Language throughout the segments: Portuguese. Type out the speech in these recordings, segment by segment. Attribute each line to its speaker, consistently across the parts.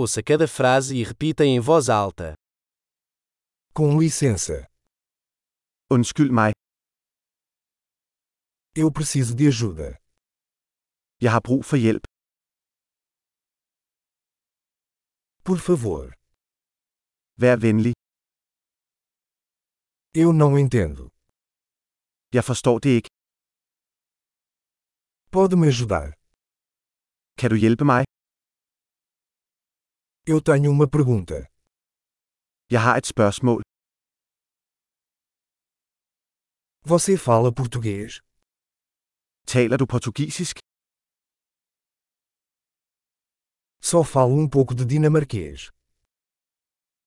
Speaker 1: Ouça cada frase e repita em voz alta.
Speaker 2: Com licença,
Speaker 3: Undskyld mig,
Speaker 2: eu preciso de ajuda.
Speaker 3: jeg har brug for hjælp.
Speaker 2: Por favor,
Speaker 3: Vær venlig.
Speaker 2: eu não entendo.
Speaker 3: Jeg forstår det ikke.
Speaker 2: Pode me ajudar?
Speaker 3: Kan du hjælpe mig?
Speaker 2: Eu tenho uma pergunta.
Speaker 3: Jeg har et spørgsmål.
Speaker 2: Você fala português?
Speaker 3: Taler du portugisisk?
Speaker 2: Só falo um pouco de dinamarquês.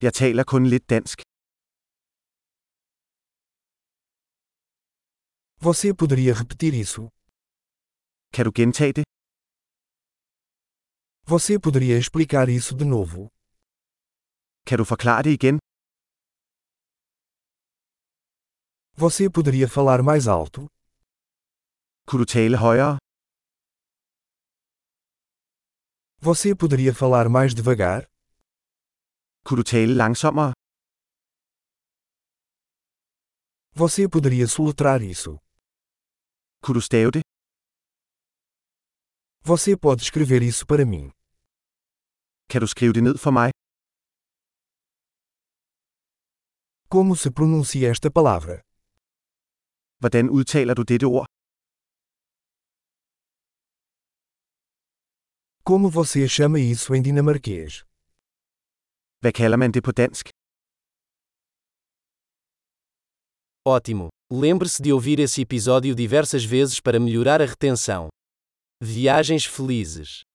Speaker 3: Jeg taler kun lidt dansk.
Speaker 2: Você poderia repetir isso?
Speaker 3: Kan du gentage det?
Speaker 2: Você poderia explicar isso de novo?
Speaker 3: Kan du forklare det igen?
Speaker 2: Você poderia falar mais alto?
Speaker 3: Kunne du tale højere?
Speaker 2: Você poderia falar mais devagar?
Speaker 3: Kunne du tale langsommere?
Speaker 2: Você poderia soletrar isso?
Speaker 3: Kunne du stave det?
Speaker 2: Você pode escrever isso para mim?
Speaker 3: Kan du skrive det ned for mig?
Speaker 2: Como se pronuncia esta palavra?
Speaker 3: Hvordan udtaler du dette ord?
Speaker 2: Como você chama isso em dinamarquês?
Speaker 3: Hvad kalder man det på dansk?
Speaker 1: Ótimo! Lembre-se de ouvir esse episódio diversas vezes para melhorar a retenção. Viagens felizes!